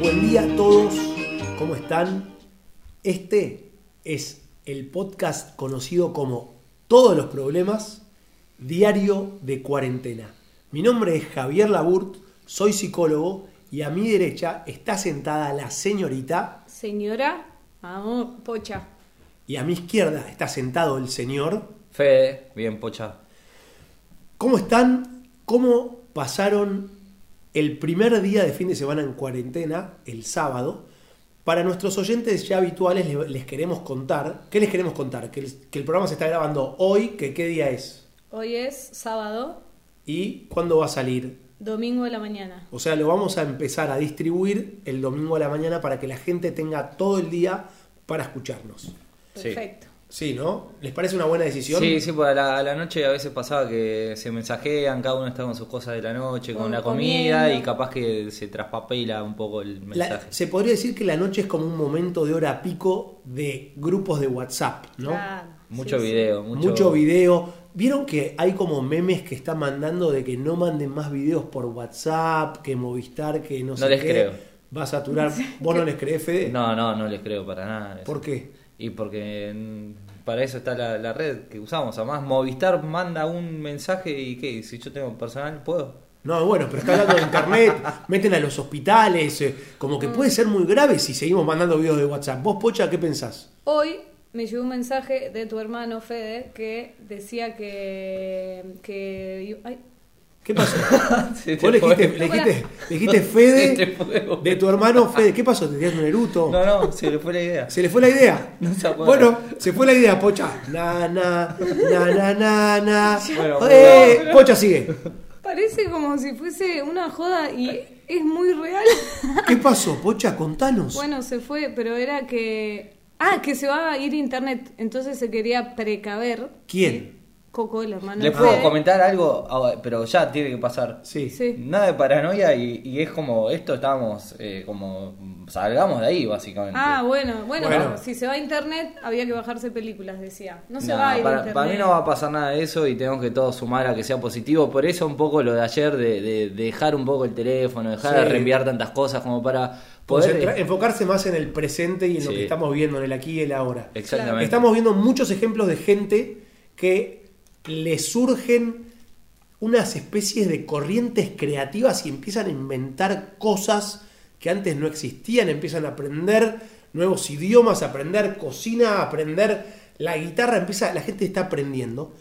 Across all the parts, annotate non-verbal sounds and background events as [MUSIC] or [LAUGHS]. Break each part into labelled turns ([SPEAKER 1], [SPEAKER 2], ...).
[SPEAKER 1] Buen día a todos, ¿cómo están? Este es el podcast conocido como Todos los Problemas, Diario de Cuarentena. Mi nombre es Javier Laburt, soy psicólogo y a mi derecha está sentada la señorita
[SPEAKER 2] Señora, vamos, pocha.
[SPEAKER 1] y a mi izquierda está sentado el señor.
[SPEAKER 3] Fede, bien, pocha.
[SPEAKER 1] ¿Cómo están? ¿Cómo pasaron el primer día de fin de semana en cuarentena, el sábado? Para nuestros oyentes ya habituales les, les queremos contar. ¿Qué les queremos contar? Que el, que el programa se está grabando hoy, que qué día es
[SPEAKER 2] Hoy es sábado,
[SPEAKER 1] y cuándo va a salir.
[SPEAKER 2] domingo de la mañana.
[SPEAKER 1] O sea, lo vamos a empezar a distribuir el domingo a la mañana para que la gente tenga todo el día para escucharnos.
[SPEAKER 3] Sí.
[SPEAKER 2] Perfecto.
[SPEAKER 1] Sí, ¿no? ¿Les parece una buena decisión?
[SPEAKER 3] Sí, sí, pues a la, a la noche a veces pasaba que se mensajean, cada uno está con sus cosas de la noche, con
[SPEAKER 2] Con
[SPEAKER 3] la comida
[SPEAKER 2] comiendo.
[SPEAKER 3] y capaz que se traspapela un poco el
[SPEAKER 1] La-
[SPEAKER 3] mensaje.
[SPEAKER 1] se podría decir que la noche es como un momento de hora pico de grupos de WhatsApp, ¿no?
[SPEAKER 2] Claro,
[SPEAKER 3] Mucho
[SPEAKER 2] sí, sí.
[SPEAKER 3] video, mucho,
[SPEAKER 1] mucho... video. ¿Vieron que hay como memes que están mandando de que no manden más videos por WhatsApp, que Movistar, que no, sé
[SPEAKER 3] les
[SPEAKER 1] qué,
[SPEAKER 3] creo.
[SPEAKER 1] Va a saturar. ¿Vos no les crees, Fede?
[SPEAKER 3] No, no, no les creo para nada.
[SPEAKER 1] ¿Por qué?
[SPEAKER 3] Y porque mm, para eso está la, la red que usamos. Además, Movistar manda un mensaje y ¿qué? Si yo tengo personal, ¿puedo? [LAUGHS]
[SPEAKER 1] No, bueno, pero está hablando de internet, meten a los hospitales, eh, como que puede ser muy grave si seguimos mandando videos de WhatsApp. ¿Vos, Pocha, qué pensás?
[SPEAKER 2] Hoy me llegó un mensaje de tu hermano Fede que decía que. que ay,
[SPEAKER 1] ¿Qué pasó?
[SPEAKER 3] Se te
[SPEAKER 1] Vos le
[SPEAKER 3] fue.
[SPEAKER 1] dijiste, le dijiste- le dijiste
[SPEAKER 3] Se te
[SPEAKER 1] Fede
[SPEAKER 3] fue, boludo.
[SPEAKER 1] de tu hermano Fede. ¿Qué pasó? ¿Te tiraste un eruto?
[SPEAKER 3] [LAUGHS] No, no, se le fue
[SPEAKER 1] [LAUGHS]
[SPEAKER 3] la idea.
[SPEAKER 1] ¿Se le fue la idea?
[SPEAKER 3] No se acuerda.
[SPEAKER 1] bueno, se fue la idea, Pocha. Na, na, na, na, na, na.
[SPEAKER 3] Bueno,
[SPEAKER 1] Eh, Pocha sigue.
[SPEAKER 2] parece como si fuese una joda y es muy
[SPEAKER 3] [LAUGHS]
[SPEAKER 2] real.
[SPEAKER 1] ¿Qué pasó, Pocha? Contanos.
[SPEAKER 2] bueno, se fue, pero era que. Ah, que se va a ir internet. Entonces se quería precaver.
[SPEAKER 1] ¿Quién?
[SPEAKER 2] Coco, el hermano
[SPEAKER 3] ¿Le
[SPEAKER 2] de
[SPEAKER 3] puedo
[SPEAKER 2] Fede.
[SPEAKER 3] comentar algo? Ah, Pero ya tiene que pasar.
[SPEAKER 1] Sí.
[SPEAKER 2] Sí.
[SPEAKER 3] Nada de paranoia y, y es como esto estamos eh, como salgamos de ahí básicamente.
[SPEAKER 2] Ah, bueno, bueno,
[SPEAKER 1] Bueno.
[SPEAKER 2] si se va a internet había que bajarse películas, decía. No se
[SPEAKER 3] Nah,
[SPEAKER 2] va a ir a
[SPEAKER 3] para,
[SPEAKER 2] internet.
[SPEAKER 3] para mí no va a pasar nada de eso y tenemos que todos sumar a que sea positivo. Por eso un poco lo de ayer de, de- de dejar un poco el teléfono, dejar
[SPEAKER 1] Sí.
[SPEAKER 3] de reenviar tantas cosas como para poder...
[SPEAKER 1] Concentra- enfocarse más en el presente y en lo
[SPEAKER 3] Sí.
[SPEAKER 1] que estamos viendo, en el aquí y el ahora.
[SPEAKER 3] Exactamente.
[SPEAKER 1] Estamos viendo muchos ejemplos de gente que le surgen unas especies de corrientes creativas y empiezan a inventar cosas que antes no existían, empiezan a aprender nuevos idiomas, a aprender cocina, a aprender la guitarra, empieza, la gente está aprendiendo.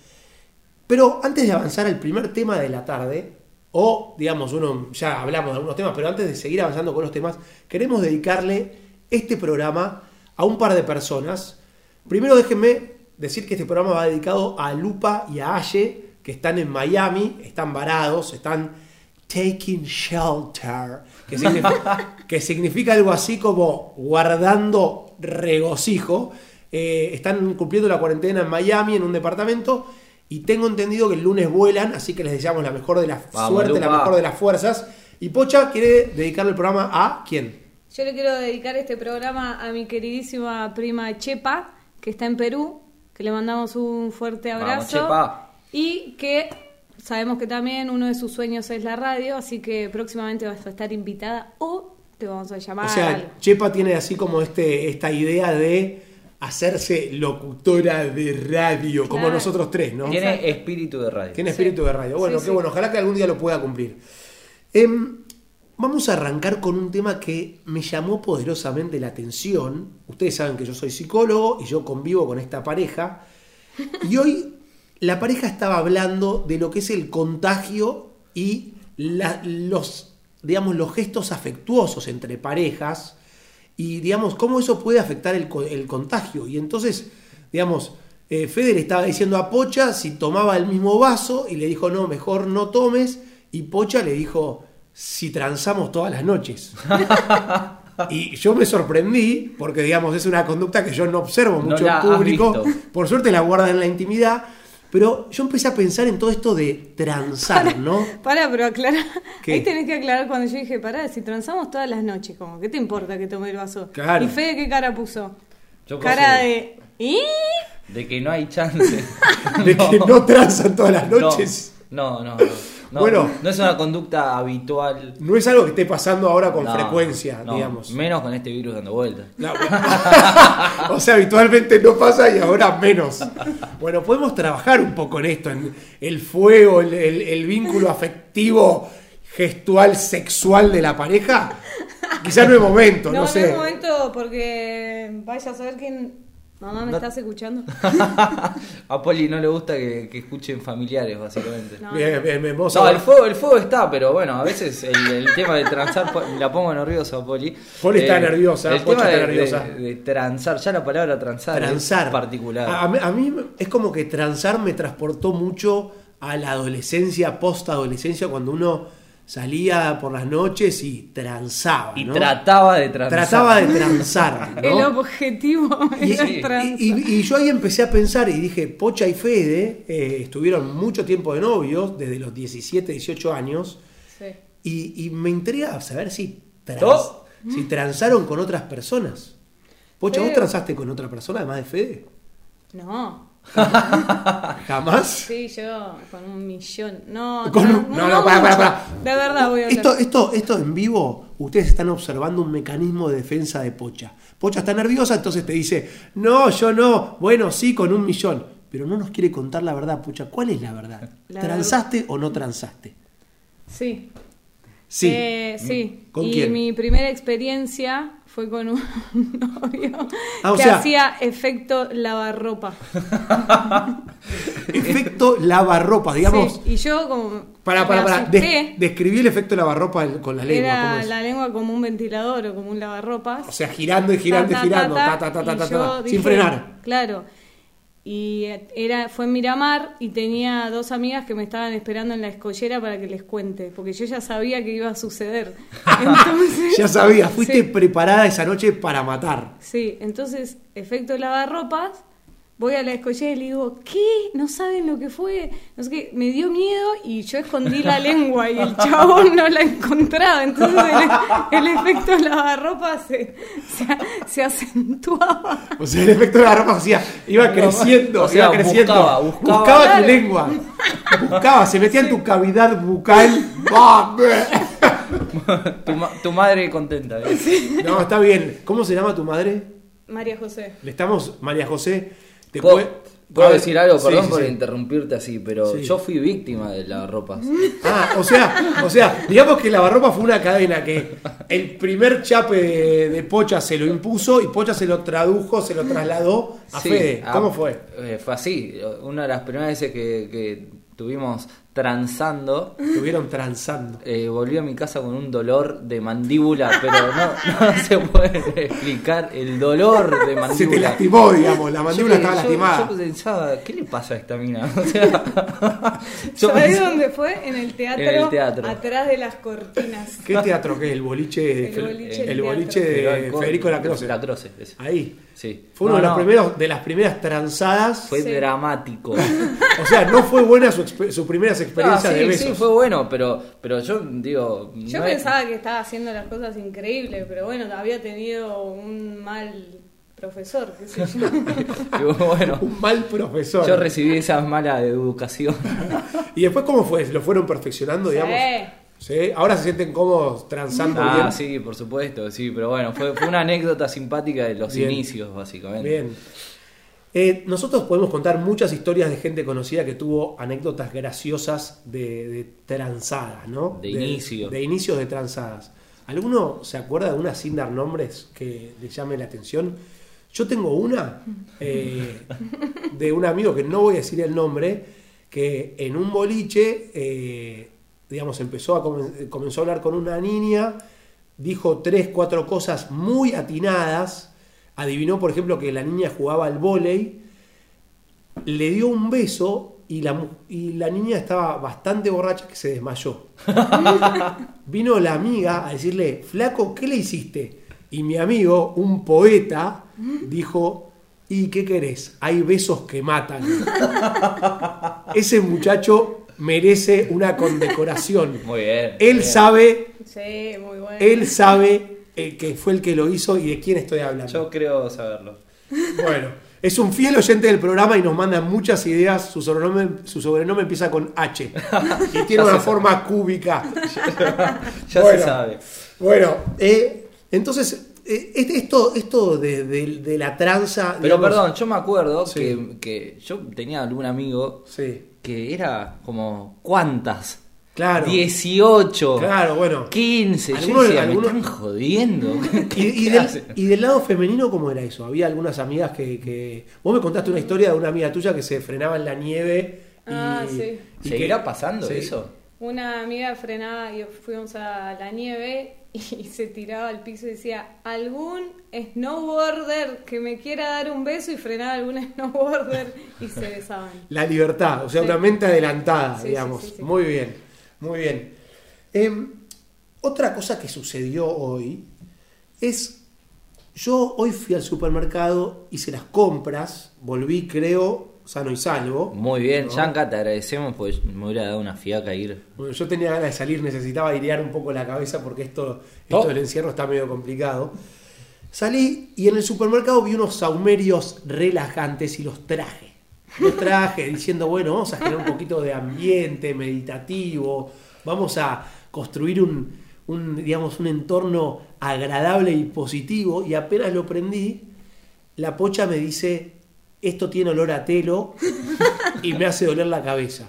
[SPEAKER 1] Pero antes de avanzar al primer tema de la tarde, o digamos, uno ya hablamos de algunos temas, pero antes de seguir avanzando con los temas, queremos dedicarle este programa a un par de personas. Primero déjenme decir que este programa va dedicado a Lupa y a Aye, que están en Miami, están varados, están taking shelter, que significa, que significa algo así como guardando regocijo. Eh, están cumpliendo la cuarentena en Miami, en un departamento, y tengo entendido que el lunes vuelan, así que les deseamos la mejor de la
[SPEAKER 3] Vamos,
[SPEAKER 1] suerte, la
[SPEAKER 3] Lupa.
[SPEAKER 1] mejor de las fuerzas. Y Pocha quiere dedicarle el programa a quién?
[SPEAKER 2] Yo le quiero dedicar este programa a mi queridísima prima Chepa, que está en Perú, que le mandamos un fuerte
[SPEAKER 3] Vamos,
[SPEAKER 2] abrazo.
[SPEAKER 3] Chepa.
[SPEAKER 2] Y que sabemos que también uno de sus sueños es la radio, así que próximamente vas a estar invitada o te vamos a llamar.
[SPEAKER 1] O
[SPEAKER 2] algo.
[SPEAKER 1] sea, Chepa tiene así como este, esta idea de hacerse locutora de radio, como
[SPEAKER 2] Claro.
[SPEAKER 1] nosotros tres, ¿no?
[SPEAKER 3] Tiene espíritu de radio.
[SPEAKER 1] Tiene espíritu de radio. Bueno,
[SPEAKER 2] Sí,
[SPEAKER 1] qué
[SPEAKER 2] sí.
[SPEAKER 1] bueno, ojalá que algún día lo pueda cumplir. Em, vamos a arrancar con un tema que me llamó poderosamente la atención. Ustedes saben que yo soy psicólogo y yo convivo con esta pareja. Y hoy la pareja estaba hablando de lo que es el contagio y la- los, digamos, los gestos afectuosos entre parejas y, digamos, cómo eso puede afectar el, co- el contagio. Y entonces, digamos, eh, Fede le estaba diciendo a Pocha si tomaba el mismo vaso y le dijo, no, mejor no tomes. Y Pocha le dijo, si transamos todas las
[SPEAKER 3] [LAUGHS]
[SPEAKER 1] noches. Y yo me sorprendí, porque digamos, es una conducta que yo no observo
[SPEAKER 3] No
[SPEAKER 1] mucho
[SPEAKER 3] la
[SPEAKER 1] en
[SPEAKER 3] has
[SPEAKER 1] público.
[SPEAKER 3] visto.
[SPEAKER 1] Por suerte la guardan en la intimidad. Pero yo empecé a pensar en todo esto de transar, ¿no?
[SPEAKER 2] [LAUGHS] Pará, pero aclara.
[SPEAKER 1] ¿Qué?
[SPEAKER 2] Ahí tenés que aclarar cuando yo dije, pará, si transamos todas las noches, como, ¿qué te importa que tome el vaso?
[SPEAKER 1] Claro.
[SPEAKER 2] ¿Y Fede qué cara puso?
[SPEAKER 3] Yo
[SPEAKER 2] cara
[SPEAKER 3] puse-
[SPEAKER 2] de. ¿Y?
[SPEAKER 3] De que no hay chance.
[SPEAKER 1] [LAUGHS] De que no transan todas las
[SPEAKER 3] No.
[SPEAKER 1] noches.
[SPEAKER 3] No, no, no. No,
[SPEAKER 1] Bueno.
[SPEAKER 3] no es una conducta habitual.
[SPEAKER 1] No es algo que esté pasando ahora con
[SPEAKER 3] No,
[SPEAKER 1] frecuencia,
[SPEAKER 3] no,
[SPEAKER 1] digamos.
[SPEAKER 3] Menos con este virus dando vueltas.
[SPEAKER 1] [LAUGHS] No, bueno. [LAUGHS] o sea, habitualmente no pasa y ahora menos. Bueno, podemos trabajar un poco en esto, en el fuego, el, el- el vínculo afectivo, gestual, sexual de la pareja. Quizás no es momento,
[SPEAKER 2] [LAUGHS] No,
[SPEAKER 1] no,
[SPEAKER 2] no,
[SPEAKER 1] sé.
[SPEAKER 2] es momento porque vaya a saber quién. Mamá, ¿me
[SPEAKER 3] No-
[SPEAKER 2] estás escuchando?
[SPEAKER 3] [LAUGHS] A Poli no le gusta que, que escuchen familiares, básicamente. No,
[SPEAKER 2] No.
[SPEAKER 1] Bien, bien, bien, vamos a-
[SPEAKER 3] el, fuego, el fuego está, pero bueno, a veces el, el tema de transar, po- la pongo nerviosa a Poli. Eh,
[SPEAKER 1] Poli está nerviosa,
[SPEAKER 3] el
[SPEAKER 1] Pocha
[SPEAKER 3] tema
[SPEAKER 1] está
[SPEAKER 3] de,
[SPEAKER 1] nerviosa.
[SPEAKER 3] de- de transar, ya la palabra transar,
[SPEAKER 1] transar. Ah,
[SPEAKER 3] es particular.
[SPEAKER 1] A, a mí- a mí es como que transar me transportó mucho a la adolescencia, post-adolescencia, cuando uno salía por las noches y transaba.
[SPEAKER 3] y
[SPEAKER 1] ah, ¿no?
[SPEAKER 3] trataba de transar.
[SPEAKER 1] Trataba de
[SPEAKER 2] [LAUGHS]
[SPEAKER 1] transar.
[SPEAKER 3] ¿No?
[SPEAKER 2] El
[SPEAKER 1] [LAUGHS]
[SPEAKER 2] objetivo
[SPEAKER 1] Y,
[SPEAKER 2] es la
[SPEAKER 3] sí.
[SPEAKER 2] trans.
[SPEAKER 1] y- y- y yo ahí empecé a pensar y dije, Pocha y Fede eh, estuvieron mucho tiempo de novios, desde los 17, 18 años,
[SPEAKER 2] Sí.
[SPEAKER 1] y, y me intriga saber si, trans-
[SPEAKER 3] ¿Dos?
[SPEAKER 1] si transaron con otras personas. Pocha, ¿vos
[SPEAKER 2] Fede.
[SPEAKER 1] transaste con otra persona además de Fede?
[SPEAKER 2] No.
[SPEAKER 1] ¿Jamás?
[SPEAKER 2] Sí, yo con un millón. No,
[SPEAKER 1] Con un- no,
[SPEAKER 2] no,
[SPEAKER 1] no, pará, pará,
[SPEAKER 2] mucho.
[SPEAKER 1] pará.
[SPEAKER 2] De verdad voy a hablar.
[SPEAKER 1] Esto, esto, esto en vivo, ustedes están observando un mecanismo de defensa de Pocha. Pocha está nerviosa, entonces te dice, no, yo no, bueno, sí, con un millón. Pero no nos quiere contar la verdad, Pocha. ¿Cuál es la verdad?
[SPEAKER 2] La
[SPEAKER 1] ¿Transaste o no transaste?
[SPEAKER 2] Sí.
[SPEAKER 1] Sí. [LAUGHS]
[SPEAKER 2] Eh, sí.
[SPEAKER 1] ¿Con
[SPEAKER 2] y
[SPEAKER 1] quién?
[SPEAKER 2] mi primera experiencia fue con un [LAUGHS] novio
[SPEAKER 1] Ah, o
[SPEAKER 2] que
[SPEAKER 1] sea-
[SPEAKER 2] hacía efecto lavarropa.
[SPEAKER 1] Efecto lavarropa, digamos.
[SPEAKER 2] Sí, Y yo como
[SPEAKER 1] Para,
[SPEAKER 2] me
[SPEAKER 1] para, para.
[SPEAKER 2] asusté,
[SPEAKER 1] describí el efecto lavarropa el- con la lengua. ¿cómo
[SPEAKER 2] era
[SPEAKER 1] es?
[SPEAKER 2] la lengua como un ventilador o como un lavarropas.
[SPEAKER 1] O sea, girando y girando y
[SPEAKER 2] Ta, ta,
[SPEAKER 1] girando.
[SPEAKER 2] ta,
[SPEAKER 1] ta, ta, ta,
[SPEAKER 2] y
[SPEAKER 1] ta, ta,
[SPEAKER 2] yo
[SPEAKER 1] ta,
[SPEAKER 2] dije,
[SPEAKER 1] sin frenar.
[SPEAKER 2] Claro. Y eh, era, fue en Miramar y tenía dos amigas que me estaban esperando en la escollera para que les cuente, porque yo ya sabía que iba
[SPEAKER 1] [LAUGHS]
[SPEAKER 2] a suceder. Entonces,
[SPEAKER 1] Ya
[SPEAKER 2] [LAUGHS]
[SPEAKER 1] sabías, fuiste
[SPEAKER 2] Sí.
[SPEAKER 1] preparada esa noche para matar.
[SPEAKER 2] Sí, entonces, efecto lavarropas, voy a la escollera y le digo, ¿qué? ¿No saben lo que fue? No sé qué, me dio miedo y yo escondí
[SPEAKER 3] [LAUGHS]
[SPEAKER 2] la lengua y el chabón no la encontraba. Entonces, el, el efecto lavarropas se, se, se acentuaba.
[SPEAKER 1] O sea, el efecto de la ropa hacía, iba creciendo,
[SPEAKER 3] O sea,
[SPEAKER 1] iba creciendo.
[SPEAKER 3] buscaba, buscaba.
[SPEAKER 1] tu
[SPEAKER 2] Claro.
[SPEAKER 1] lengua. Buscaba, se metía en tu cavidad bucal. ¡Vame!
[SPEAKER 3] [LAUGHS] tu, ma- tu madre contenta. ¿eh?
[SPEAKER 1] No, está bien. ¿Cómo se llama tu madre?
[SPEAKER 2] María José.
[SPEAKER 1] Le estamos, María José. ¿Te
[SPEAKER 3] ¿Puedo,
[SPEAKER 1] puede-
[SPEAKER 3] puedo
[SPEAKER 1] puede-
[SPEAKER 3] decir algo?
[SPEAKER 1] Sí,
[SPEAKER 3] Perdón
[SPEAKER 1] sí,
[SPEAKER 3] por
[SPEAKER 1] sí.
[SPEAKER 3] interrumpirte así, pero
[SPEAKER 1] Sí.
[SPEAKER 3] yo fui víctima de la ropa.
[SPEAKER 1] Ah, o sea, o sea, digamos que lavarropa fue una cadena que el primer chape de, de Pocha se lo impuso y Pocha se lo tradujo, se lo trasladó a
[SPEAKER 3] Sí,
[SPEAKER 1] Fede.
[SPEAKER 3] a-
[SPEAKER 1] ¿Cómo fue?
[SPEAKER 3] eh, fue así. Una de las primeras veces que, que estuvimos transando,
[SPEAKER 1] Estuvieron transando.
[SPEAKER 3] eh, volví a mi casa con un dolor de mandíbula, pero no,
[SPEAKER 1] [LAUGHS]
[SPEAKER 3] no se puede explicar el dolor de mandíbula.
[SPEAKER 1] Se te lastimó, digamos, la mandíbula
[SPEAKER 3] Yo-
[SPEAKER 1] estaba
[SPEAKER 3] yo-
[SPEAKER 1] lastimada.
[SPEAKER 3] Yo pensaba, ¿qué le pasa a esta mina? O sea, [LAUGHS] yo
[SPEAKER 2] ¿Sabés
[SPEAKER 3] pensaba-
[SPEAKER 2] dónde fue? En el teatro.
[SPEAKER 3] En el teatro.
[SPEAKER 2] Atrás de las cortinas.
[SPEAKER 1] ¿Qué teatro que es? El boliche,
[SPEAKER 2] El boliche
[SPEAKER 1] el
[SPEAKER 2] del
[SPEAKER 1] boliche de
[SPEAKER 3] Federico-
[SPEAKER 1] Federico Lacroce.
[SPEAKER 3] Lacroce, ese.
[SPEAKER 1] Ahí.
[SPEAKER 3] Sí.
[SPEAKER 1] Fue uno
[SPEAKER 3] No,
[SPEAKER 1] de, los
[SPEAKER 3] no,
[SPEAKER 1] primeros, de las primeras transadas.
[SPEAKER 3] Fue
[SPEAKER 2] Sí.
[SPEAKER 1] [LAUGHS]
[SPEAKER 3] dramático.
[SPEAKER 1] O sea, no fue buena su, exper- sus primeras
[SPEAKER 3] Ah,
[SPEAKER 1] experiencias
[SPEAKER 3] sí,
[SPEAKER 1] de
[SPEAKER 3] sí,
[SPEAKER 1] besos.
[SPEAKER 3] fue bueno, pero, pero yo digo.
[SPEAKER 2] Yo
[SPEAKER 3] no es-
[SPEAKER 2] pensaba que estaba haciendo las cosas increíbles, pero bueno, había tenido un mal profesor, qué sé
[SPEAKER 3] [LAUGHS]
[SPEAKER 2] yo.
[SPEAKER 3] digo, bueno,
[SPEAKER 1] Un mal profesor.
[SPEAKER 3] yo recibí esa mala
[SPEAKER 1] [LAUGHS]
[SPEAKER 3] educación.
[SPEAKER 1] ¿Y después cómo fue? ¿Lo fueron perfeccionando, digamos?
[SPEAKER 2] Sí.
[SPEAKER 1] Sí. Ahora se sienten cómodos transando
[SPEAKER 3] Ah,
[SPEAKER 1] bien.
[SPEAKER 3] sí, por supuesto, sí, pero bueno, fue, fue una anécdota simpática de los
[SPEAKER 1] Bien.
[SPEAKER 3] inicios, básicamente.
[SPEAKER 1] Bien. Eh, nosotros podemos contar muchas historias de gente conocida que tuvo anécdotas graciosas de, de transadas, ¿no?
[SPEAKER 3] De inicio.
[SPEAKER 1] De inicios de transadas. ¿Alguno se acuerda de una sin dar nombres que le llame la atención? Yo tengo una eh, de un amigo que no voy a decir el nombre, que en un boliche, eh, digamos, empezó a comen- comenzó a hablar con una niña, dijo tres, cuatro cosas muy atinadas, adivinó, por ejemplo, que la niña jugaba al vóley, le dio un beso y la, mu- y la niña estaba bastante borracha que se
[SPEAKER 3] [LAUGHS]
[SPEAKER 1] desmayó. Vino la amiga a decirle, flaco, ¿qué le hiciste? Y mi amigo, un poeta, dijo, ¿y qué querés? Hay besos que
[SPEAKER 3] [LAUGHS]
[SPEAKER 1] matan. Ese muchacho merece una condecoración.
[SPEAKER 3] Muy bien.
[SPEAKER 1] Él
[SPEAKER 3] muy bien.
[SPEAKER 1] sabe,
[SPEAKER 2] Sí, muy bueno.
[SPEAKER 1] él sabe eh, que fue el que lo hizo y de quién estoy hablando.
[SPEAKER 3] Yo creo saberlo.
[SPEAKER 1] Bueno, Es un fiel oyente del programa y nos manda muchas ideas. Su sobrenome, su sobrenome empieza con
[SPEAKER 3] [LAUGHS]
[SPEAKER 1] H y tiene una forma cúbica.
[SPEAKER 3] Ya
[SPEAKER 1] Bueno.
[SPEAKER 3] se sabe.
[SPEAKER 1] Bueno, eh, entonces, eh, es- esto, esto de, de- de la tranza.
[SPEAKER 3] Pero
[SPEAKER 1] digamos,
[SPEAKER 3] perdón, yo me acuerdo
[SPEAKER 1] Sí.
[SPEAKER 3] que, que yo tenía algún amigo
[SPEAKER 1] Sí,
[SPEAKER 3] que era como, ¿cuántas?
[SPEAKER 1] claro.
[SPEAKER 3] 18,
[SPEAKER 1] Claro, bueno.
[SPEAKER 3] 15. Yo
[SPEAKER 1] Algunos-
[SPEAKER 3] decía,
[SPEAKER 1] algunos-
[SPEAKER 3] me están
[SPEAKER 1] [LAUGHS]
[SPEAKER 3] jodiendo. ¿Qué-
[SPEAKER 1] ¿Y, y
[SPEAKER 3] qué
[SPEAKER 1] del,
[SPEAKER 3] hacen?
[SPEAKER 1] y del lado femenino cómo era eso? Había algunas amigas que, que- Vos me contaste una historia de una amiga tuya que se frenaba en la nieve. Y,
[SPEAKER 2] Ah, sí.
[SPEAKER 1] y
[SPEAKER 3] ¿Seguirá
[SPEAKER 1] que-
[SPEAKER 3] pasando
[SPEAKER 1] sí.
[SPEAKER 3] eso?
[SPEAKER 2] Una amiga frenaba y fuimos a la nieve y [LAUGHS] se tiraba al piso y decía, algún snowboarder que me quiera dar un beso y frenaba algún [LAUGHS] snowboarder y se besaban.
[SPEAKER 1] La libertad, o sea,
[SPEAKER 2] Sí.
[SPEAKER 1] una mente adelantada,
[SPEAKER 2] Sí, sí,
[SPEAKER 1] digamos.
[SPEAKER 2] sí, sí.
[SPEAKER 1] Muy bien, muy bien. Em, otra cosa que sucedió hoy es, yo hoy fui al supermercado, hice las compras, volví, creo, sano y salvo.
[SPEAKER 3] Muy bien,
[SPEAKER 1] ¿No?
[SPEAKER 3] Yanka, te agradecemos porque me hubiera dado una fiaca ir.
[SPEAKER 1] Bueno, yo tenía ganas de salir, necesitaba airear un poco la cabeza porque esto, esto
[SPEAKER 3] No.
[SPEAKER 1] del encierro está medio complicado. Salí y en el supermercado vi unos saumerios relajantes y los traje. Los traje diciendo, bueno, vamos a generar un poquito de ambiente meditativo, vamos a construir un, un, digamos, un entorno agradable y positivo. Y apenas lo prendí, la pocha me dice, esto tiene olor a telo y me hace doler la cabeza.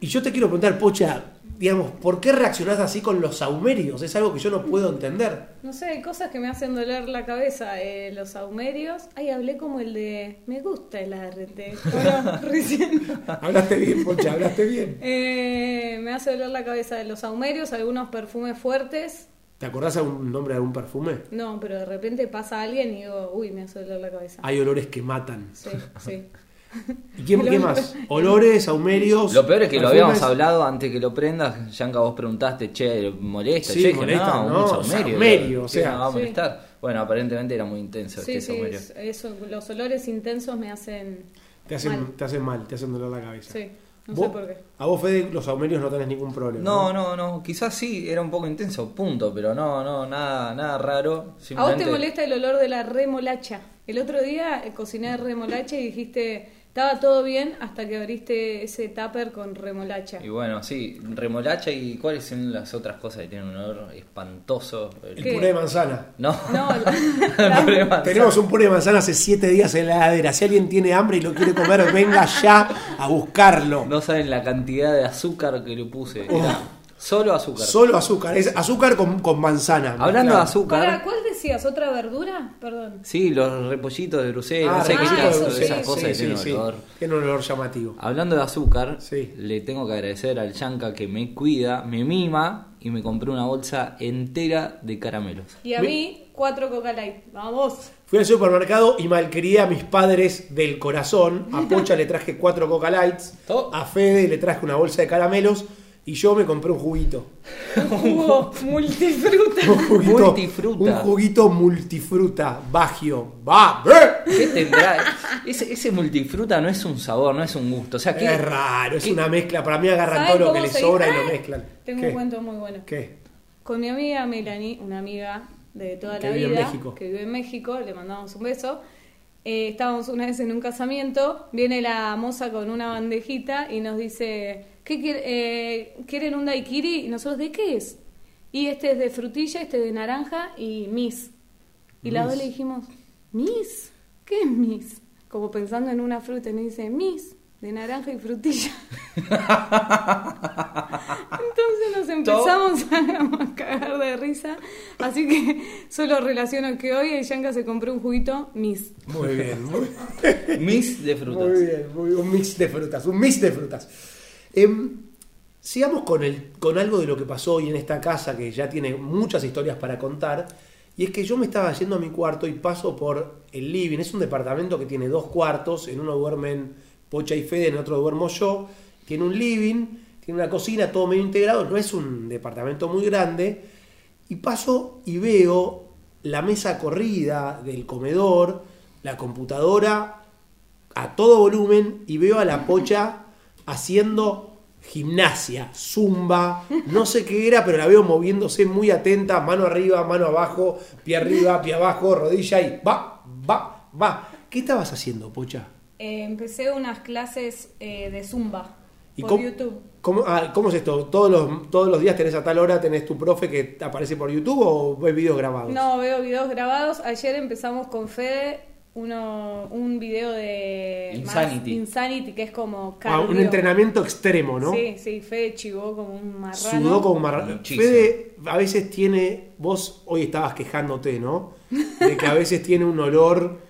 [SPEAKER 1] Y yo te quiero preguntar, Pocha, digamos, ¿por qué reaccionás así con los saumerios? Es algo que yo no puedo entender.
[SPEAKER 2] No sé, hay cosas que me hacen doler la cabeza, eh, los saumerios. Ay, hablé como el de, me gusta el arte. Bueno, recién.
[SPEAKER 1] [LAUGHS] Hablaste bien, Pocha, hablaste bien.
[SPEAKER 2] Eh, me hace doler la cabeza de los saumerios, algunos perfumes fuertes.
[SPEAKER 1] ¿Te acordás algún nombre de algún perfume?
[SPEAKER 2] No, pero de repente pasa alguien y digo, uy, me hace doler la cabeza.
[SPEAKER 1] Hay olores que matan.
[SPEAKER 2] Sí, sí.
[SPEAKER 1] ¿Y quién- qué más? Olores, saumerios.
[SPEAKER 3] Lo peor es que lo
[SPEAKER 1] perfumes.
[SPEAKER 3] habíamos hablado antes que lo prendas. Yanka, vos preguntaste, che, molesta,
[SPEAKER 1] Sí,
[SPEAKER 3] che, que
[SPEAKER 1] molesta,
[SPEAKER 3] no,
[SPEAKER 1] no,
[SPEAKER 3] un saumerio.
[SPEAKER 1] saumerio, o
[SPEAKER 3] que
[SPEAKER 1] sea.
[SPEAKER 3] no va a
[SPEAKER 2] Sí.
[SPEAKER 3] molestar. Bueno, aparentemente era muy intenso
[SPEAKER 2] Sí,
[SPEAKER 3] este
[SPEAKER 2] sí,
[SPEAKER 3] saumerio.
[SPEAKER 2] es- eso, los olores intensos me hacen.
[SPEAKER 1] Te hacen,
[SPEAKER 2] mal.
[SPEAKER 1] te hacen mal, te hacen doler la cabeza.
[SPEAKER 2] Sí, no
[SPEAKER 1] Vos-
[SPEAKER 2] sé por qué.
[SPEAKER 1] A vos, Fede, los saumerios no tenés ningún problema.
[SPEAKER 3] No, no, no, quizás sí, era un poco intenso, punto, pero no, no, nada, nada raro.
[SPEAKER 2] ¿A vos
[SPEAKER 3] simplemente-
[SPEAKER 2] te molesta el olor de la remolacha? El otro día eh, cociné remolacha y dijiste, estaba todo bien hasta que abriste ese tupper con remolacha.
[SPEAKER 3] Y bueno, sí, remolacha y cuáles son las otras cosas que tienen un olor espantoso.
[SPEAKER 1] El
[SPEAKER 2] ¿Qué?
[SPEAKER 1] puré de manzana.
[SPEAKER 3] No, [LAUGHS]
[SPEAKER 2] No,
[SPEAKER 3] el
[SPEAKER 2] la-
[SPEAKER 3] puré de manzana.
[SPEAKER 1] Tenemos un puré de manzana hace siete días en la heladera. Si alguien tiene hambre y lo quiere comer, venga ya a buscarlo.
[SPEAKER 3] No saben la cantidad de azúcar que le puse. Era solo azúcar.
[SPEAKER 1] Oh. Solo azúcar, es azúcar con, con manzana.
[SPEAKER 3] Hablando de
[SPEAKER 1] mezclado.
[SPEAKER 3] azúcar,
[SPEAKER 2] Pará, ¿Cuál decías? ¿Otra verdura? Perdón.
[SPEAKER 3] sí, los repollitos de Bruselas,
[SPEAKER 1] Ah,
[SPEAKER 3] no sé qué
[SPEAKER 1] repollitos
[SPEAKER 2] de
[SPEAKER 3] tanto,
[SPEAKER 2] Bruselas,
[SPEAKER 3] esas cosas
[SPEAKER 2] sí,
[SPEAKER 3] que tienen olor.
[SPEAKER 1] Tiene un olor llamativo.
[SPEAKER 3] Hablando de azúcar,
[SPEAKER 1] Sí.
[SPEAKER 3] le tengo que agradecer al Yanka que me cuida, me mima y me compré una bolsa entera de caramelos.
[SPEAKER 2] Y a
[SPEAKER 1] Mi-
[SPEAKER 2] mí, cuatro coca light. Vamos.
[SPEAKER 1] Fui al supermercado y malcrié a mis padres del corazón. A Pocha le traje cuatro Coca Lights.
[SPEAKER 3] Oh.
[SPEAKER 1] A Fede le traje una bolsa de caramelos. Y yo me compré un juguito.
[SPEAKER 2] Un jugo multifruta.
[SPEAKER 1] [LAUGHS]
[SPEAKER 3] [LAUGHS]
[SPEAKER 1] Un juguito,
[SPEAKER 3] Multifruta.
[SPEAKER 1] Un juguito multifruta. Bagio. Va. eh.
[SPEAKER 3] ¿Qué
[SPEAKER 1] [LAUGHS]
[SPEAKER 3] tendrá? Ese, ese multifruta no es un sabor, no es un gusto. O sea, ¿qué-
[SPEAKER 1] Es raro, es una mezcla. Para mí agarran
[SPEAKER 2] ¿Saben
[SPEAKER 1] todo lo que
[SPEAKER 2] cómo
[SPEAKER 1] les
[SPEAKER 2] se
[SPEAKER 1] sobra y
[SPEAKER 2] dice?
[SPEAKER 1] lo mezclan.
[SPEAKER 2] Tengo
[SPEAKER 1] ¿Qué?
[SPEAKER 2] un cuento muy bueno.
[SPEAKER 1] ¿Qué?
[SPEAKER 2] Con mi amiga Melanie, una amiga de toda
[SPEAKER 1] Que
[SPEAKER 2] la
[SPEAKER 1] vive en
[SPEAKER 2] vida,
[SPEAKER 1] México.
[SPEAKER 2] que vive en México, le mandamos un beso. Eh, estábamos una vez en un casamiento, viene la moza con una bandejita y nos dice, ¿qué quier- eh, quieren un daiquiri? Y nosotros, ¿de qué es? Y este es de frutilla, este es de naranja y mis. Y las dos le dijimos, ¿mis? ¿Qué es mis? Como pensando en una fruta, y nos dice, mis, de naranja y frutilla. Entonces nos empezamos a [LAUGHS] cagar de risa. Así que solo relaciono que hoy el Yanka se compró un juguito Miss.
[SPEAKER 1] Muy bien, muy bien.
[SPEAKER 3] Mix de frutas.
[SPEAKER 1] Muy bien, muy bien, un mix de frutas, un mix de frutas. Em, sigamos con, el, con algo de lo que pasó hoy en esta casa, que ya tiene muchas historias para contar. Y es que yo me estaba yendo a mi cuarto y paso por el living. Es un departamento que tiene dos cuartos. En uno duermen Pocha y Fede, en otro duermo yo. Tiene un living, tiene una cocina, todo medio integrado. No es un departamento muy grande. Y paso y veo la mesa corrida del comedor, la computadora a todo volumen y veo a la pocha haciendo gimnasia, zumba, no sé qué era, pero la veo moviéndose muy atenta, mano arriba, mano abajo, pie arriba, pie abajo, rodilla y va, va, va. ¿Qué estabas haciendo, Pocha?
[SPEAKER 2] Eh, empecé unas clases eh, de Zumba
[SPEAKER 1] ¿Y
[SPEAKER 2] por
[SPEAKER 1] cómo-
[SPEAKER 2] YouTube.
[SPEAKER 1] ¿Cómo, ah, ¿cómo es esto? ¿Todos los, ¿Todos los días tenés a tal hora, tenés tu profe que aparece por YouTube o ves videos grabados?
[SPEAKER 2] No, veo videos grabados. Ayer empezamos con Fede uno, un video de más
[SPEAKER 3] Insanity.
[SPEAKER 2] Insanity, que es como
[SPEAKER 1] Ah, un
[SPEAKER 2] cardio.
[SPEAKER 1] entrenamiento extremo, ¿no?
[SPEAKER 2] Sí, sí, Fede chivó como un marrano.
[SPEAKER 1] Sudó como marrano.
[SPEAKER 3] Muchísimo.
[SPEAKER 1] Fede a veces tiene. Vos hoy estabas quejándote, ¿no? De que a veces tiene un olor.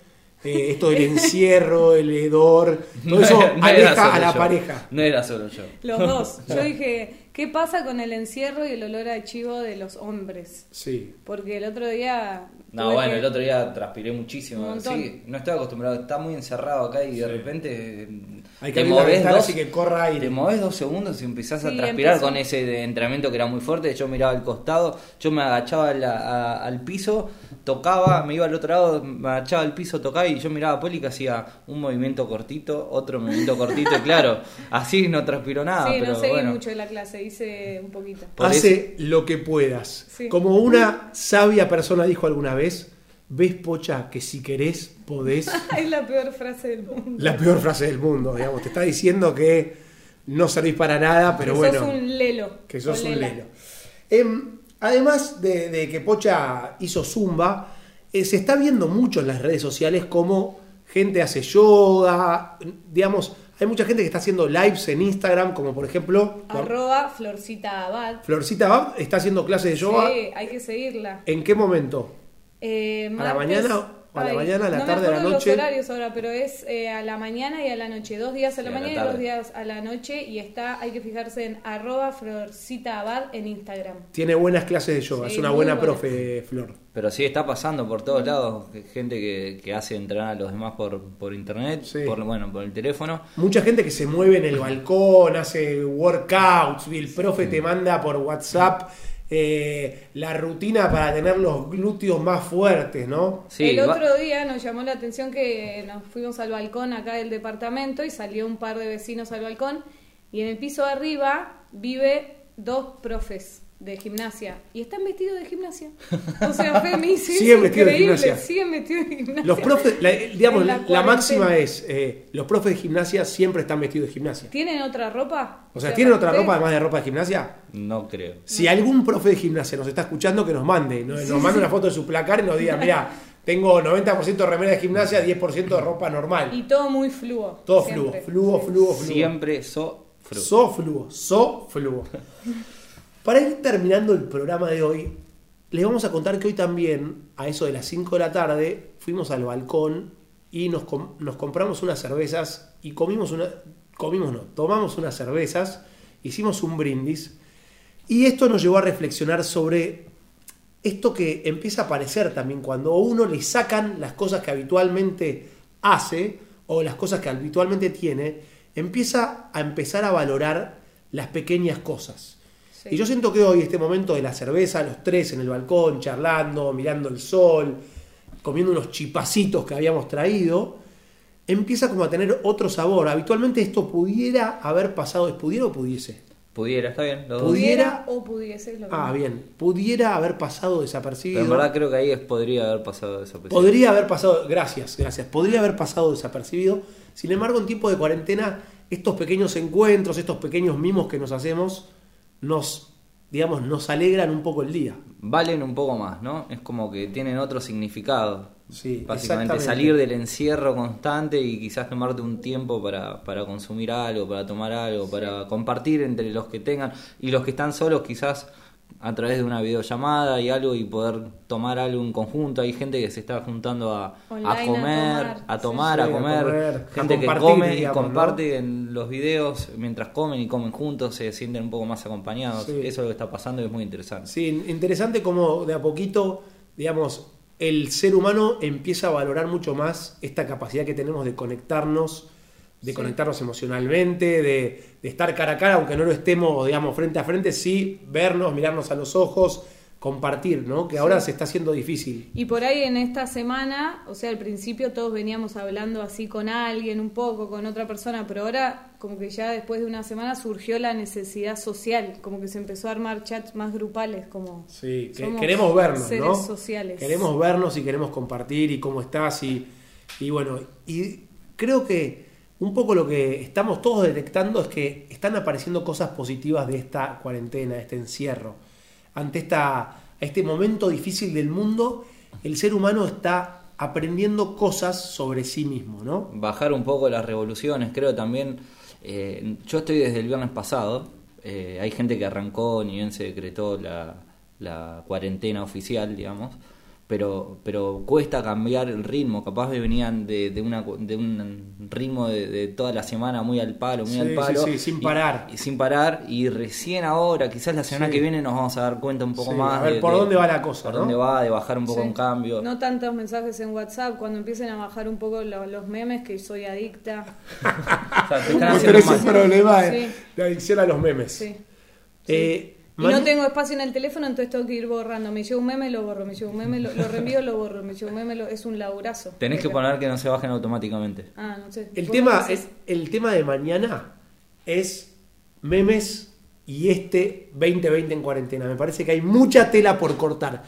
[SPEAKER 1] eh, esto del
[SPEAKER 2] [LAUGHS]
[SPEAKER 1] encierro, el hedor. Todo eso
[SPEAKER 3] era- [LAUGHS] no era
[SPEAKER 1] aleja a
[SPEAKER 3] solo
[SPEAKER 1] la
[SPEAKER 3] yo.
[SPEAKER 1] pareja.
[SPEAKER 3] No era solo yo.
[SPEAKER 1] [LAUGHS]
[SPEAKER 2] Los dos. Yo dije, ¿qué pasa con el encierro y el olor a chivo de los hombres?
[SPEAKER 1] Sí.
[SPEAKER 2] Porque el otro día...
[SPEAKER 3] No,
[SPEAKER 2] tuve
[SPEAKER 3] bueno,
[SPEAKER 2] que-
[SPEAKER 3] el otro día transpiré
[SPEAKER 2] Un
[SPEAKER 3] muchísimo.
[SPEAKER 2] montón.
[SPEAKER 3] Sí, no estoy acostumbrado, está muy encerrado acá y
[SPEAKER 1] Sí.
[SPEAKER 3] de repente eh,
[SPEAKER 1] Hay que
[SPEAKER 3] te
[SPEAKER 1] abrir la
[SPEAKER 3] movés
[SPEAKER 1] ventana
[SPEAKER 3] dos,
[SPEAKER 1] así que corra aire.
[SPEAKER 3] te movés dos segundos y empezás
[SPEAKER 2] Sí,
[SPEAKER 3] a transpirar
[SPEAKER 2] empiezo.
[SPEAKER 3] con ese de entrenamiento que era muy fuerte. Yo miraba al costado, yo me agachaba a la- a- al piso, tocaba, me iba al otro lado, me agachaba al piso, tocaba y yo miraba a Poli que hacía un movimiento cortito, otro movimiento cortito, y claro, así no transpiró nada.
[SPEAKER 2] sí,
[SPEAKER 3] ah, pero
[SPEAKER 2] no seguí
[SPEAKER 3] bueno.
[SPEAKER 2] mucho de la clase, hice un poquito. [LAUGHS]
[SPEAKER 3] Por
[SPEAKER 1] Hace lo que puedas.
[SPEAKER 2] Sí.
[SPEAKER 1] Como una sabia persona dijo alguna vez, ves pocha que si querés,
[SPEAKER 2] [LAUGHS]
[SPEAKER 1] podés.
[SPEAKER 2] es la peor frase del mundo.
[SPEAKER 1] La peor frase del mundo, digamos. Te está diciendo que no servís para nada, pero
[SPEAKER 2] que
[SPEAKER 1] bueno.
[SPEAKER 2] sos un lelo.
[SPEAKER 1] Que sos
[SPEAKER 2] o
[SPEAKER 1] un
[SPEAKER 2] lela.
[SPEAKER 1] lelo. Em, además de, de que Pocha hizo zumba, eh, se está viendo mucho en las redes sociales como gente hace yoga, digamos, hay mucha gente que está haciendo lives en Instagram, como por ejemplo Flor-
[SPEAKER 2] Arroba Florcita Abad.
[SPEAKER 1] Florcita Bab está haciendo clases de yoga.
[SPEAKER 2] Sí, hay que seguirla.
[SPEAKER 1] ¿En qué momento?
[SPEAKER 2] Eh,
[SPEAKER 1] ¿A la
[SPEAKER 2] martes-
[SPEAKER 1] mañana o a la mañana, a la
[SPEAKER 2] no
[SPEAKER 1] tarde, a
[SPEAKER 2] me
[SPEAKER 1] la
[SPEAKER 2] acuerdo
[SPEAKER 1] noche?
[SPEAKER 2] los horarios ahora, pero es eh, a la mañana y a la noche. Dos días a la
[SPEAKER 3] Y a la
[SPEAKER 2] mañana y dos
[SPEAKER 3] tarde.
[SPEAKER 2] días a la noche. Y está, hay que fijarse en arroba Florcita Abad en Instagram.
[SPEAKER 1] Tiene buenas clases de yoga,
[SPEAKER 2] Sí,
[SPEAKER 1] es una
[SPEAKER 2] muy
[SPEAKER 1] buena
[SPEAKER 2] buenas.
[SPEAKER 1] profe, Flor.
[SPEAKER 3] Pero sí, está pasando por todos lados gente que, que hace entrenar a los demás por, por internet,
[SPEAKER 1] Sí.
[SPEAKER 3] por, bueno, por el teléfono.
[SPEAKER 1] Mucha gente que se mueve en el balcón, hace workouts, y el profe te manda por WhatsApp eh, la rutina para tener los glúteos más fuertes, ¿no?
[SPEAKER 3] Sí,
[SPEAKER 2] el
[SPEAKER 3] va-
[SPEAKER 2] otro día nos llamó la atención que nos fuimos al balcón acá del departamento y salió un par de vecinos al balcón y en el piso de arriba vive dos profes de gimnasia y están vestidos de gimnasia.
[SPEAKER 1] [LAUGHS]
[SPEAKER 2] O sea, Femi, sí,
[SPEAKER 1] Siguen vestidos
[SPEAKER 2] es
[SPEAKER 1] de
[SPEAKER 2] increíble,
[SPEAKER 1] gimnasia.
[SPEAKER 2] siguen vestidos de gimnasia.
[SPEAKER 1] Los profes, la, eh, digamos,
[SPEAKER 2] En la
[SPEAKER 1] la, la máxima
[SPEAKER 2] cuarentena.
[SPEAKER 1] es, eh, los profes de gimnasia siempre están vestidos de gimnasia.
[SPEAKER 2] ¿Tienen otra ropa?
[SPEAKER 1] O sea, ¿tienen otra
[SPEAKER 2] ¿ustedes?
[SPEAKER 1] ropa además de ropa de gimnasia?
[SPEAKER 3] No creo.
[SPEAKER 1] Si algún profe de gimnasia nos está escuchando, que nos mande, ¿no? nos mande una foto de su placar y nos diga, mira, tengo 90% de remera de gimnasia, 10% de ropa normal.
[SPEAKER 2] Y todo muy fluo.
[SPEAKER 1] Todo fluo,
[SPEAKER 2] siempre.
[SPEAKER 1] fluo, fluo, fluo.
[SPEAKER 3] Siempre so fru.
[SPEAKER 1] Sofluo, sofluo. Para ir terminando el programa de hoy, les vamos a contar que hoy también, a eso de las 5 de la tarde, fuimos al balcón y nos, com- nos compramos unas cervezas y comimos una. Comimos no, tomamos unas cervezas, hicimos un brindis. Y esto nos llevó a reflexionar sobre esto que empieza a aparecer también cuando a uno le sacan las cosas que habitualmente hace o las cosas que habitualmente tiene, empieza a empezar a valorar las pequeñas cosas.
[SPEAKER 2] Sí.
[SPEAKER 1] Y yo siento que hoy, este momento de la cerveza, los tres en el balcón, charlando, mirando el sol, comiendo unos chipacitos que habíamos traído, empieza como a tener otro sabor. Habitualmente esto pudiera haber pasado, ¿pudiera o pudiese?
[SPEAKER 3] Pudiera, está bien. los dos.
[SPEAKER 1] Pudi-
[SPEAKER 2] Pudiera o pudiese. es lo
[SPEAKER 1] Ah,
[SPEAKER 2] mismo.
[SPEAKER 1] bien. Pudiera haber pasado desapercibido.
[SPEAKER 3] Pero en verdad creo que ahí es, podría haber pasado esa posibilidad.
[SPEAKER 1] Podría haber pasado, gracias, gracias, podría haber pasado desapercibido. Sin embargo, en tiempo de cuarentena, estos pequeños encuentros, estos pequeños mimos que nos hacemos, nos, digamos, nos alegran un poco el día.
[SPEAKER 3] Valen un poco más, ¿no? Es como que tienen otro significado.
[SPEAKER 1] Sí,
[SPEAKER 3] Básicamente
[SPEAKER 1] exactamente.
[SPEAKER 3] salir del encierro constante y quizás tomarte un tiempo para, para consumir algo, para tomar algo, para compartir entre los que tengan y los que están solos quizás a través de una videollamada y algo y poder tomar algo en conjunto. Hay gente que se está juntando a, a
[SPEAKER 2] Online, a
[SPEAKER 3] comer,
[SPEAKER 2] tomar.
[SPEAKER 3] a
[SPEAKER 2] Sí,
[SPEAKER 3] tomar,
[SPEAKER 1] sí,
[SPEAKER 3] a,
[SPEAKER 1] a
[SPEAKER 3] comer.
[SPEAKER 1] comer, a
[SPEAKER 3] gente que
[SPEAKER 1] compartir,
[SPEAKER 3] come y
[SPEAKER 1] digamos, ¿no?
[SPEAKER 3] comparte en los videos mientras comen y comen juntos, se sienten un poco más acompañados.
[SPEAKER 1] Sí.
[SPEAKER 3] Eso es lo que está pasando y es muy interesante.
[SPEAKER 1] Sí, interesante como de a poquito, digamos, el ser humano empieza a valorar mucho más esta capacidad que tenemos de conectarnos, de
[SPEAKER 2] Sí.
[SPEAKER 1] conectarnos emocionalmente, de, de estar cara a cara, aunque no lo estemos, digamos, frente a frente, sí, vernos, mirarnos a los ojos, compartir, ¿no? Que ahora se está haciendo difícil.
[SPEAKER 2] Y por ahí en esta semana, o sea, al principio todos veníamos hablando así con alguien, un poco, con otra persona, pero ahora como que ya después de una semana surgió la necesidad social, como que se empezó a armar chats más grupales, como...
[SPEAKER 1] Sí, que
[SPEAKER 2] somos
[SPEAKER 1] queremos vernos,
[SPEAKER 2] seres
[SPEAKER 1] ¿no?
[SPEAKER 2] sociales.
[SPEAKER 1] Queremos vernos y queremos compartir y cómo estás y Y bueno, y creo que un poco lo que estamos todos detectando es que están apareciendo cosas positivas de esta cuarentena, de este encierro. Ante esta, este momento difícil del mundo, el ser humano está aprendiendo cosas sobre sí mismo, ¿no?
[SPEAKER 3] bajar un poco las revoluciones, creo también. eh, yo estoy desde el viernes pasado, eh, hay gente que arrancó, ni bien se decretó la, la cuarentena oficial, digamos, pero, pero cuesta cambiar el ritmo, capaz me venían de, de, una, cu- de un ritmo de, de toda la semana muy al palo, muy
[SPEAKER 1] Sí,
[SPEAKER 3] al
[SPEAKER 1] sí,
[SPEAKER 3] palo.
[SPEAKER 1] sí, sin
[SPEAKER 3] y-
[SPEAKER 1] parar.
[SPEAKER 3] y sin parar, y recién ahora, quizás la semana
[SPEAKER 1] Sí.
[SPEAKER 3] que viene nos vamos a dar cuenta un poco
[SPEAKER 1] Sí,
[SPEAKER 3] más
[SPEAKER 1] a ver por dónde va la cosa,
[SPEAKER 3] por
[SPEAKER 1] ¿no?
[SPEAKER 3] dónde va, de bajar un poco
[SPEAKER 2] Sí.
[SPEAKER 3] un cambio.
[SPEAKER 2] No tantos mensajes en WhatsApp, cuando empiecen a bajar un poco lo- los memes, que soy adicta.
[SPEAKER 3] O sea, te están
[SPEAKER 2] Pero
[SPEAKER 3] haciendo
[SPEAKER 2] ese
[SPEAKER 3] mal.
[SPEAKER 2] es el problema, eh, Sí.
[SPEAKER 1] la adicción a los memes.
[SPEAKER 2] Sí.
[SPEAKER 1] Eh,
[SPEAKER 2] Y
[SPEAKER 1] Manu-
[SPEAKER 2] no tengo espacio en el teléfono, entonces tengo que ir borrando. Me llevo un meme, lo borro. Me llevo un meme, lo, lo reenvío, lo borro. Me llevo un meme, lo... es un laburazo.
[SPEAKER 3] Tenés que poner que no se bajen automáticamente.
[SPEAKER 2] Ah, no sé.
[SPEAKER 1] El
[SPEAKER 2] ¿Vos
[SPEAKER 1] tema,
[SPEAKER 2] qué
[SPEAKER 1] es,
[SPEAKER 2] haces?
[SPEAKER 1] el tema de mañana es memes y este 2020 en cuarentena. Me parece que hay mucha tela por cortar.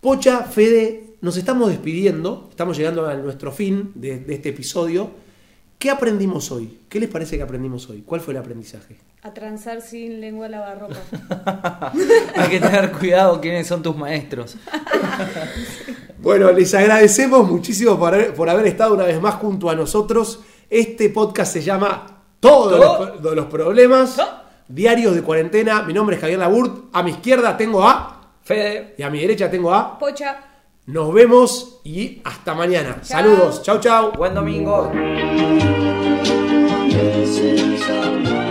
[SPEAKER 1] Pocha, Fede, nos estamos despidiendo. Estamos llegando a nuestro fin de, de este episodio. ¿Qué aprendimos hoy? ¿Qué les parece que aprendimos hoy? ¿Cuál fue el aprendizaje?
[SPEAKER 2] A transar sin lengua lavarropa.
[SPEAKER 3] Hay que tener cuidado quiénes son tus maestros.
[SPEAKER 1] Bueno, les agradecemos muchísimo por haber, por haber estado una vez más junto a nosotros. Este podcast se llama Todos
[SPEAKER 3] ¿Todo?
[SPEAKER 1] los, todos los problemas,
[SPEAKER 3] ¿Todo?
[SPEAKER 1] diarios de cuarentena. Mi nombre es Javier Laburt. A mi izquierda tengo a
[SPEAKER 3] Fede,
[SPEAKER 1] y a mi derecha tengo a.
[SPEAKER 2] Pocha.
[SPEAKER 1] Nos vemos y hasta mañana.
[SPEAKER 2] Chao.
[SPEAKER 1] Saludos. Chau, chau.
[SPEAKER 3] buen domingo.
[SPEAKER 4] This is our life.